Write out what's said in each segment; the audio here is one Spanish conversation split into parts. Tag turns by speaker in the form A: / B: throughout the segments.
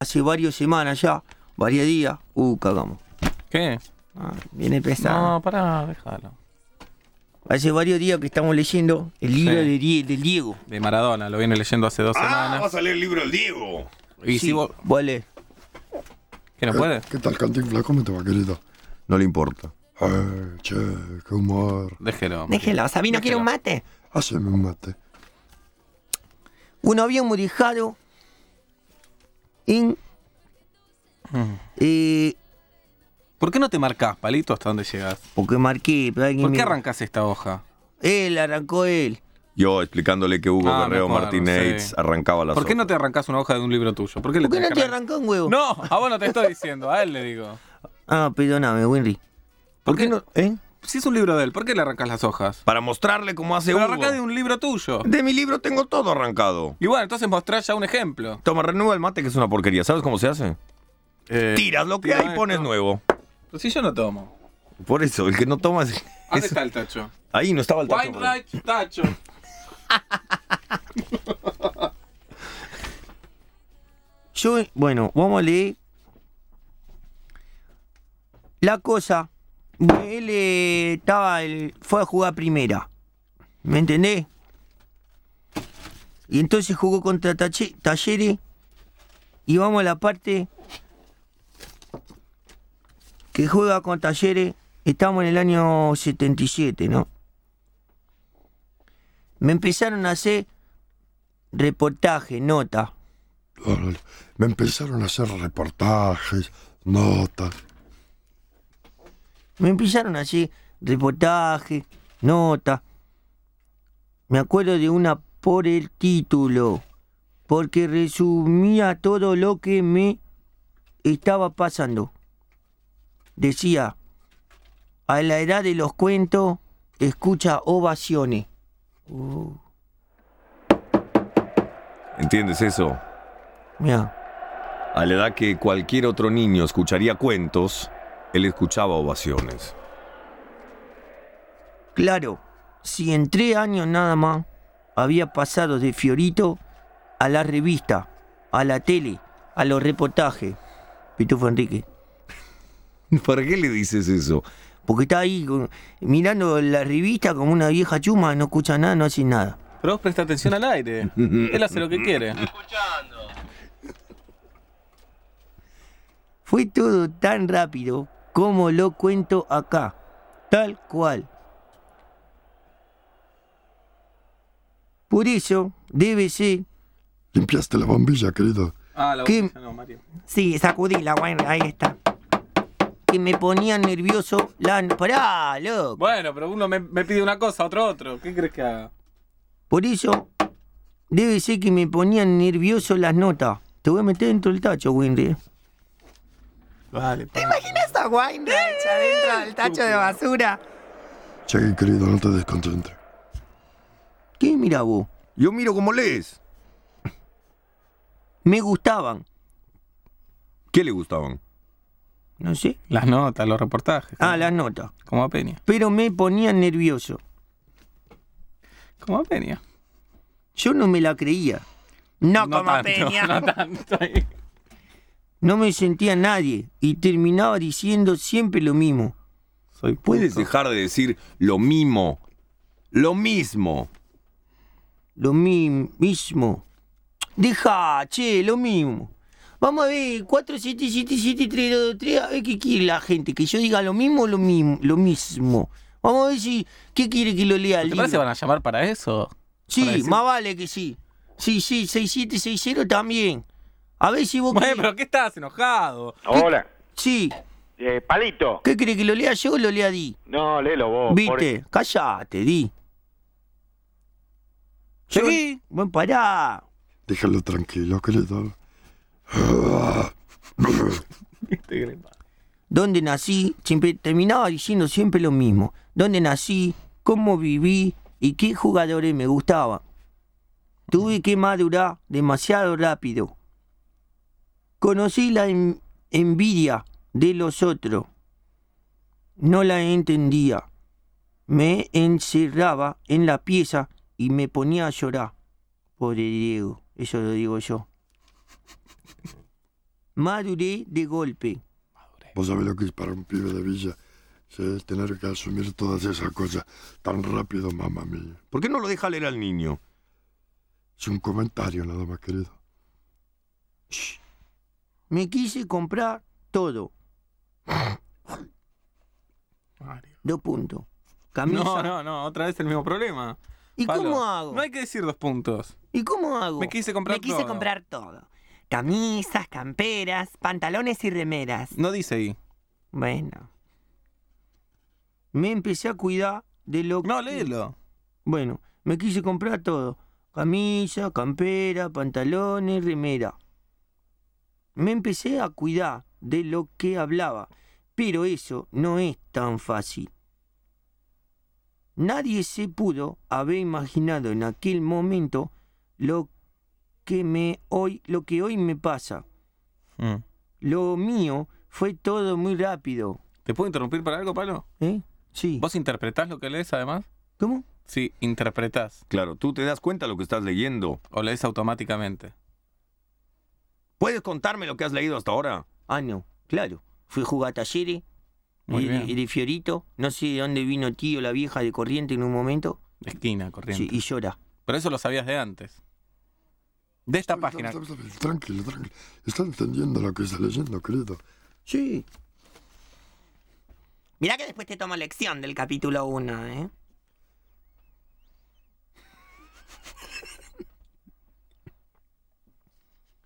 A: hace varias semanas ya, varios días. Uh, cagamos.
B: ¿Qué?
A: Ah, viene pesado.
B: No, pará, déjalo.
A: Hace varios días que estamos leyendo el libro
B: Sí.
A: de, Die- de Diego.
B: De Maradona, lo viene leyendo hace dos
C: Ah,
B: semanas.
C: vas a leer el libro del Diego.
B: Y si vos.
A: Vale.
B: ¿Qué no puede?
D: ¿Qué tal, Cantinflas? ¿Cómo te va, querido?
E: No le importa.
D: Eh, che, qué humor.
B: Déjelo.
A: Déjelo, Sabino quiere un mate.
D: Haceme un mate.
A: Un avión murijado en
B: Mm.
A: eh,
B: ¿Por qué no te marcás, palito, hasta dónde llegas?
A: porque marqué, pero alguien
B: ¿Por qué
A: me-
B: arrancás esta hoja?
A: Él arrancó él.
E: Yo explicándole que Hugo
B: Ah, me
E: Guerrero
B: acuerdo,
E: Martínez
B: sí.
E: arrancaba las
B: ¿Por qué no te
E: hojas.
B: arrancás una hoja de un libro tuyo? ¿Por qué le
A: ¿Por qué no
B: tenés
A: te
B: que
A: arrancó un huevo?
B: No, a vos no te estoy diciendo, a él le digo.
A: Ah, perdóname, Winry.
B: ¿Por qué no?
A: ¿Eh?
B: Si es un libro de él, ¿por qué le arrancás las hojas?
E: Para mostrarle cómo hace
B: Pero
E: Hugo.
B: arrancás de un libro tuyo.
E: De mi libro tengo todo arrancado.
B: Y bueno, entonces mostrás ya un ejemplo.
E: Toma, renueva el mate que es una porquería. ¿Sabes cómo se hace?
B: Eh,
C: Eh,
E: Tiras lo que
B: tira
E: hay
B: esto.
E: pones nuevo.
B: Pero si yo no tomo.
E: Por eso, el que no toma es-
B: ¿Dónde
E: es-
B: está el tacho?
E: Ahí no estaba el tacho.
B: Wine
E: perdón.
B: Light Tacho.
A: Yo, bueno, vamos a leer. La cosa, él eh, estaba, el- fue a jugar primera. ¿Me entendés? Y entonces jugó contra Tache- Talleres. Y vamos a la parte que juega con Talleres. Estamos en el año 77, ¿no? Me empezaron a hacer reportaje, nota.
D: Órale. Me empezaron a hacer reportajes, notas.
A: Me empezaron así, reportaje, nota. Me acuerdo de una por el título, porque resumía todo lo que me estaba pasando. Decía, a la edad de los cuentos, escucha ovaciones. Uh,
E: ¿Entiendes eso?
A: mirá,
E: A la edad que cualquier otro niño escucharía cuentos, él escuchaba ovaciones.
A: claro, si en tres años nada más había pasado de Fiorito a la revista, a la tele, a los reportajes. Pitufo Enrique.
E: ¿Para qué le dices eso?
A: Porque está ahí con- mirando la revista como una vieja chuma, no escucha nada, no hace nada.
B: Pero vos presta atención al aire. Él hace lo que quiere.
A: Fue todo tan rápido como lo cuento acá, tal cual. Por eso debe ser...
D: Limpiaste la bombilla, querido.
B: Ah, la
A: ¿Qué?
B: boca, no, Mario.
A: Sí, sacudí la guay, ahí está. Que me ponía nervioso la... ¡Pará, loco!
B: Bueno, pero uno me, me pide una cosa, otro otro. ¿Qué crees que haga?
A: Por eso debe ser que me ponían nervioso las notas. Te voy a meter dentro del tacho, Winry. eh.
B: Vale,
A: Esa guayna hecha dentro del tacho de basura.
D: Che, querido, no te desconcentres.
A: ¿Qué mira vos?
E: Yo miro cómo lees.
A: Me gustaban.
E: ¿Qué le gustaban?
A: No sé.
B: Las notas, los reportajes.
A: Ah, las notas.
B: Como a Peña.
A: Pero me ponían nervioso.
B: Como a Peña.
A: Yo no me la creía. No, como
B: tanto,
A: Peña.
B: No tanto. ahí.
A: No me sentía nadie. Y terminaba diciendo siempre lo mismo.
B: Soy
E: Puedes
B: puto.
E: dejar de decir lo mismo. Lo mismo.
A: Lo mi- mismo. Deja, che, lo mismo. Vamos a ver, 4777323, a ver qué quiere la gente. Que yo diga lo mismo, lo mismo, lo mismo. Vamos a ver si. ¿Qué quiere que lo lea el
B: ¿Te parece que
A: libro?
B: van a llamar para eso? para
A: Sí,
B: decir-
A: más vale que sí. Sí, sí, 6760 también. A ver si vos
B: Bueno,
A: querés-
B: pero ¿qué estás enojado?
F: Hola.
A: Sí,
F: Eh, palito.
A: ¿qué crees que lo lea yo o lo lea Di?
F: No, léelo
B: Oh,
F: vos.
A: Viste, callate, Di. Yo-
B: Seguí.
A: Bueno, pará.
D: Déjalo tranquilo, querido.
A: ¿Dónde nací? Siempre terminaba diciendo siempre lo mismo. ¿Dónde nací? ¿Cómo viví? ¿Y qué jugadores me gustaban? Tuve que madurar demasiado rápido. Conocí la en- envidia de los otros. No la entendía. Me encerraba en la pieza y me ponía a llorar. Pobre Diego, eso lo digo yo. Maduré de golpe.
D: Vos sabés lo que es para un pibe de villa. ¿sí? Tener que asumir todas esas cosas tan rápido, mamá mía.
E: ¿Por qué no lo deja leer al niño?
D: Es un comentario nada más, querido.
A: Me quise comprar todo.
B: Mario.
A: Dos puntos. Camisa.
B: No, no, no, otra vez el mismo problema.
A: ¿Y
B: Pablo,
A: cómo hago?
B: No hay que decir dos puntos.
A: ¿Y cómo hago?
B: Me quise comprar
C: Me quise
B: todo.
C: comprar todo. Camisas, camperas, pantalones y remeras.
B: No dice ahí.
A: Bueno. Me empecé a cuidar de lo
B: No, léelo.
A: Bueno, me quise comprar todo. Camisa, campera, pantalones, remera. Me empecé a cuidar de lo que hablaba, pero eso no es tan fácil. Nadie se pudo haber imaginado en aquel momento lo que me hoy lo que hoy me pasa.
B: Mm.
A: Lo mío fue todo muy rápido,
B: ¿Te puedo interrumpir para algo, Pablo?
A: ¿eh? Sí.
B: ¿Vos interpretás lo que lees además?
A: ¿Cómo?
B: Sí, interpretás.
E: Claro, tú te das cuenta de lo que estás leyendo.
B: O lees automáticamente.
E: ¿Puedes contarme lo que has leído hasta ahora?
A: Ah, no, claro. Fui a jugar a talleres
B: Muy
A: y de,
B: bien.
A: y de Fiorito. No sé de dónde vino tío, la vieja de corriente en un momento.
B: De esquina, corriente.
A: Sí, y llora.
B: Pero eso lo sabías de antes. De esta página.
D: Tranquilo, tranquilo. Está entendiendo lo que está leyendo, querido.
A: Sí.
C: Mirá que después te tomo lección del capítulo 1, ¿eh?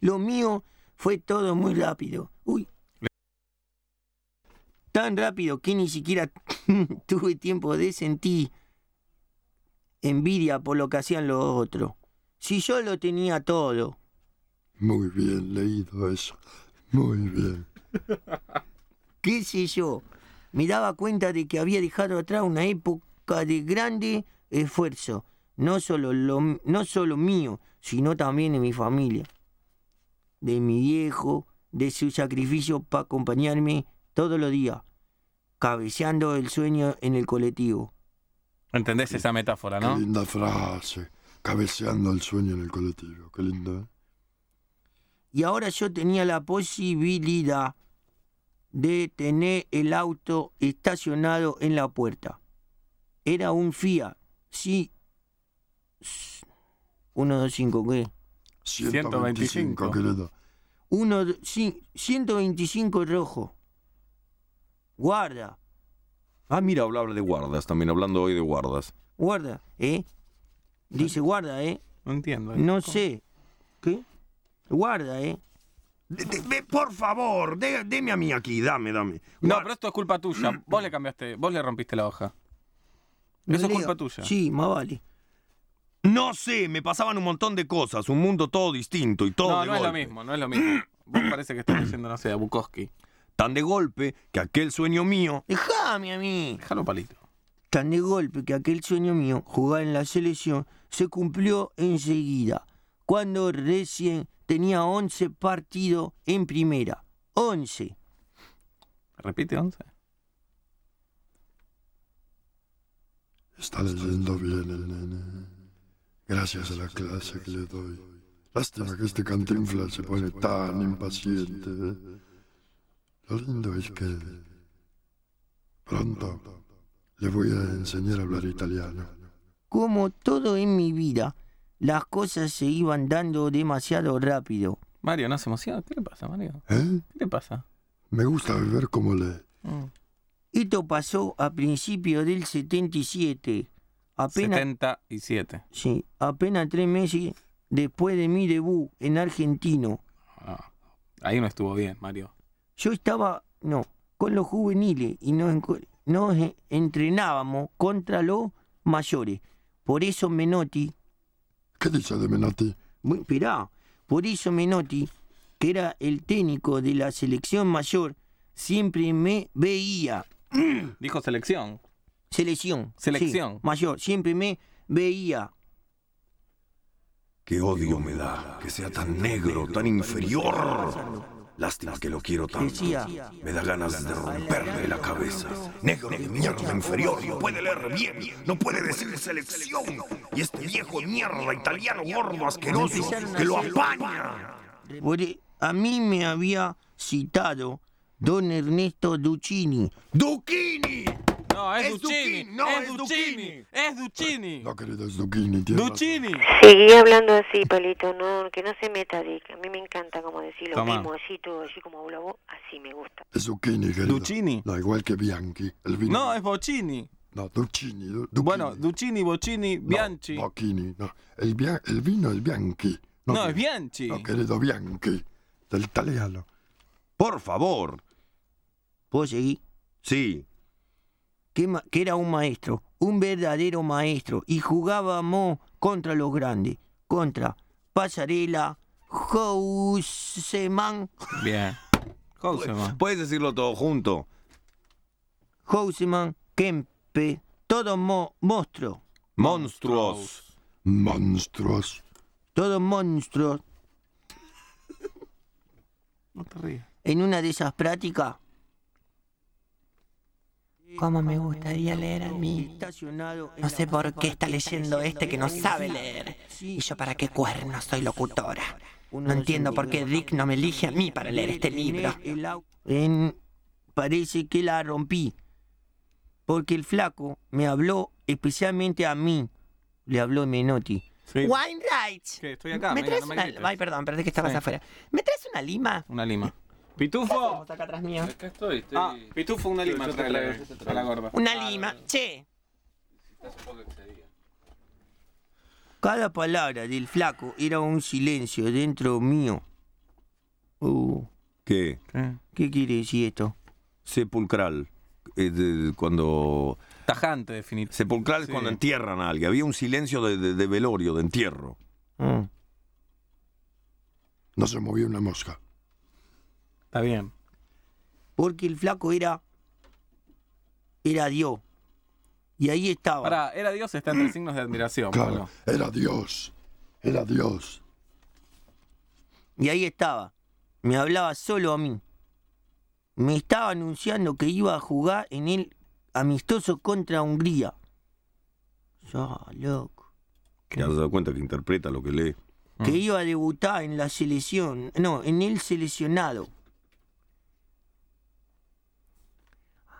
A: Lo mío fue todo muy rápido. Uy. Tan rápido que ni siquiera tuve tiempo de sentir envidia por lo que hacían los otros. Si yo lo tenía todo.
D: Muy bien leído eso. Muy bien.
A: qué sé yo, me daba cuenta de que había dejado atrás una época de grande esfuerzo, no solo, lo, no solo mío, sino también de mi familia, de mi viejo, de su sacrificio para acompañarme todos los días, cabeceando el sueño en el colectivo.
B: ¿Entendés esa metáfora,
D: Qué
B: no?
D: linda frase. Cabeceando el sueño en el colectivo. Qué linda. ¿eh?
A: Y ahora yo tenía la posibilidad de tener el auto estacionado en la puerta. Era un Fiat, sí. 125, ¿qué?
B: 125.
D: querido.
A: Uno, do- sí, 125 rojo. Guarda,
E: Ah, mira, habla habla de guardas, también hablando hoy de guardas.
A: guarda, ¿eh? Dice guarda, ¿eh?
B: No entiendo.
A: No sé. ¿Qué? Guarda, ¿eh?
E: De- de- de- por favor, de- deme a mí aquí, dame, dame.
B: No,
E: Guar-
B: pero esto es culpa tuya. Vos le cambiaste, vos le rompiste la hoja.
A: No
B: Eso es
A: leo.
B: culpa tuya.
A: Sí, más vale.
E: No sé, me pasaban un montón de cosas, un mundo todo distinto y todo
B: no,
E: de
B: no es lo
E: golpe.
B: mismo, no es lo mismo. Vos parece que estás leyendo, no sé, a Bukowski.
E: Tan de golpe que aquel sueño mío...
A: Déjame a mí.
B: Déjalo palito.
A: Tan de golpe que aquel sueño mío, jugar en la selección, se cumplió enseguida, cuando recién tenía 11 partidos en primera. 11.
B: Repite, 11.
D: Está leyendo bien el nene. Gracias a la clase que le doy. Lástima que este cantinfla se pone tan impaciente. ¿eh? Lo lindo es que pronto le voy a enseñar a hablar italiano.
A: Como todo en mi vida, las cosas se iban dando demasiado rápido.
B: Mario, no se emociona. ¿Qué le pasa, Mario?
D: ¿Eh?
B: ¿Qué le pasa?
D: Me gusta ver cómo lee.
B: Mm.
A: Esto pasó a principios del 77. Apenas
B: 77.
A: Sí, apenas tres meses después de mi debut en Argentino,
B: Ah, ahí no estuvo bien, Mario.
A: yo estaba, no, con los juveniles y nos, enco- nos e- entrenábamos contra los mayores. Por eso Menotti,
D: ¿Qué dice de Menotti?
A: muy- esperá, por eso Menotti, que era el técnico de la selección mayor, siempre me veía.
B: Dijo selección.
A: Selección. sí,
B: Selección.
A: mayor, siempre me veía.
E: Qué odio me da que sea tan negro, tan inferior. Lástima que lo quiero tanto.
A: Decía,
E: Me da ganas de romperle la cabeza. Negro de mierda inferior, no puede leer bien, no puede decir selección. Y este viejo de mierda italiano gordo asqueroso que lo apaña.
A: por e- a mí me había citado don Ernesto Duccini.
E: ¡Duquini!
B: No, es,
E: Es
B: Duccini.
E: Duccini, no,
B: es
E: es
B: Duccini.
E: Duccini.
B: Es Duccini.
D: No, querido, es Duquini. tiene
B: Duccini.
G: Seguí hablando así, Palito, no, que no se meta, Dick. A mí me encanta como decir lo
B: Tomá.
G: mismo, así todo, así como hablo vos, así me gusta.
D: razón. Es Duquini, querido.
B: Duccini.
D: No, igual que Bianchi. El vino.
B: No, es Bocini.
D: No, Duccini. Du- Duquini.
B: Bueno, Duccini, Bocini,
D: No,
B: Bianchi. No,
D: Bocchini, no. El, bia- el vino es Bianchi.
B: es Bianchi.
D: No, querido, Bianchi. Del italiano.
E: Por favor.
A: ¿Puedo seguir?
E: Sí.
A: que, ma- que era un maestro, un verdadero maestro, y jugábamos contra los grandes, contra Pasarela, Houseman,
B: Bien. Houseman.
E: Puedes decirlo todo junto.
A: Houseman, Kempe, todos mo- monstruos,
E: Monstruos.
D: Monstruos.
A: todos monstruos.
B: No te rías.
A: En una de esas prácticas,
C: ¿Cómo me gustaría leer a mí?
A: estacionado... en
C: No
A: la-
C: sé por qué está leyendo este que no sabe leer. Y yo para qué cuerno soy locutora. No entiendo por qué Dick no me elige a mí para leer este libro.
A: El au- en- parece que la rompí. Porque el flaco me habló especialmente a mí. Le habló Menotti.
B: Sí.
C: Wainwright.
B: Que estoy acá,
C: ¿Me
B: mira,
C: traes
B: no me
C: una...
B: grites.
C: Ay, perdón, perdí que estabas
B: Sí.
C: afuera. ¿Me traes una lima?
B: Una lima. Pitufo.
C: Vamos acá atrás mío.
H: Acá estoy, estoy.
B: Ah, Pitufo, una lima.
H: Este, Yo te traigo,
B: tráele
H: yo te traigo.
B: A la gorda.
C: Una lima. Che,
H: Estás un poco excedido.
A: Cada palabra del flaco era un silencio dentro mío. Uh,
E: ¿Qué?
A: ¿Qué quiere decir esto?
E: Sepulcral. Eh, de- cuando.
B: Tajante, definitivo.
E: Sepulcral es
B: Sí.
E: cuando entierran a alguien. Había un silencio de, de- de velorio, de entierro.
A: Ah,
D: No se movió una mosca.
B: Está bien.
A: Porque el flaco era. Era Dios. Y ahí estaba.
B: Pará, era Dios está entre signos de admiración.
D: Claro,
B: Pablo.
D: era Dios. Era Dios.
A: Y ahí estaba. Me hablaba solo a mí. Me estaba anunciando que iba a jugar en el amistoso contra Hungría. Ya, loco.
E: ¿Te has dado cuenta que interpreta lo que lee?
B: Mm.
A: Que iba a debutar en la selección. No, en el seleccionado.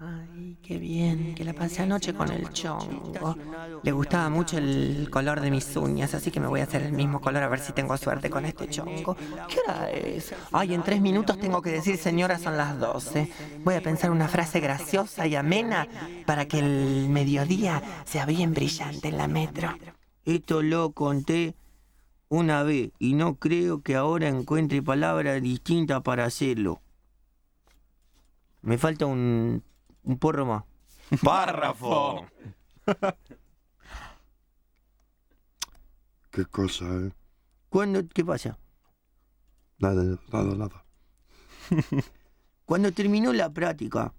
C: Ay, qué bien, que la pasé anoche con el chongo. Le gustaba mucho el color de mis uñas, así que me voy a hacer el mismo color a ver si tengo suerte con este chongo. ¿Qué hora es? Ay, en tres minutos tengo que decir, señora, son las doce. Voy a pensar una frase graciosa y amena para que el mediodía sea bien brillante en la metro.
A: Esto lo conté una vez y no creo que ahora encuentre palabras distintas para hacerlo. Me falta un, un porro más.
E: ¡Párrafo!
D: Qué cosa, ¿eh?
A: ¿Cuándo, ¿Qué pasa?
D: Nada, nada, nada.
A: Cuando terminó la práctica,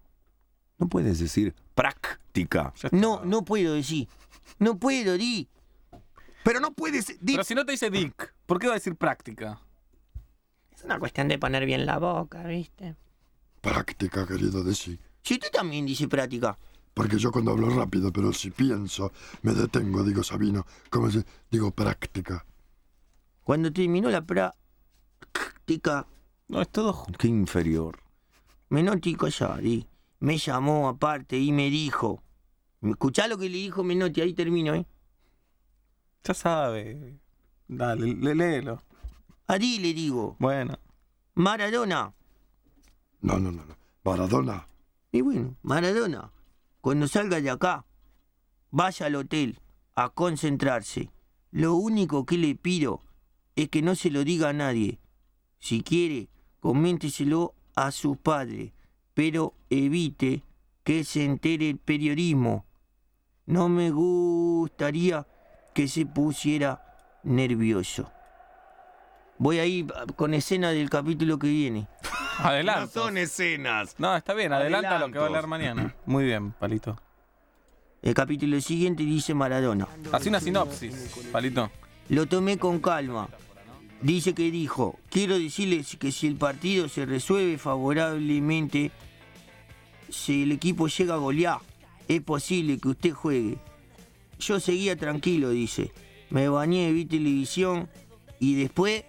E: No puedes decir práctica.
B: Ya está.
A: No, no puedo decir. No puedo, Di.
E: Pero no puedes. di-
B: Pero si no te dice Dick, ¿por qué va a decir práctica?
C: Es una cuestión de poner bien la boca, ¿viste?
D: Práctica, querido, de sí.
A: Si usted también dice práctica.
D: Porque yo cuando hablo rápido, pero si pienso, me detengo, digo Sabino. ¿Cómo se...? Digo práctica.
A: Cuando terminó la práctica,
B: No, es todo junto.
E: Qué inferior.
A: Menotti Di. me llamó aparte y me dijo. Escuchá lo que le dijo Menotti, ahí termino, ¿eh?
B: Ya sabe. Dale, le- léelo.
A: A Di le digo,
B: Bueno.
A: Maradona.
D: No, no, no, no. Maradona.
A: Y bueno, Maradona, cuando salga de acá, vaya al hotel a concentrarse. Lo único que le pido es que no se lo diga a nadie. Si quiere, coménteselo a su padre, pero evite que se entere el periodismo. No me gustaría que se pusiera nervioso. Voy a ir ah, con escena del capítulo que viene.
E: No
B: Adelante.
E: son escenas.
B: No, está bien, adelanta lo que va a
E: Adelantos.
B: leer mañana. Muy bien, Palito.
A: El capítulo siguiente dice Maradona.
B: Hace una sinopsis, Palito.
A: Lo tomé con calma. Dice que dijo, quiero decirles que si el partido se resuelve favorablemente, si el equipo llega a golear, es posible que usted juegue. Yo seguía tranquilo, dice. Me bañé, vi televisión y después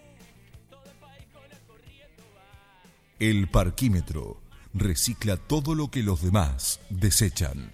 I: El parquímetro recicla todo lo que los demás desechan.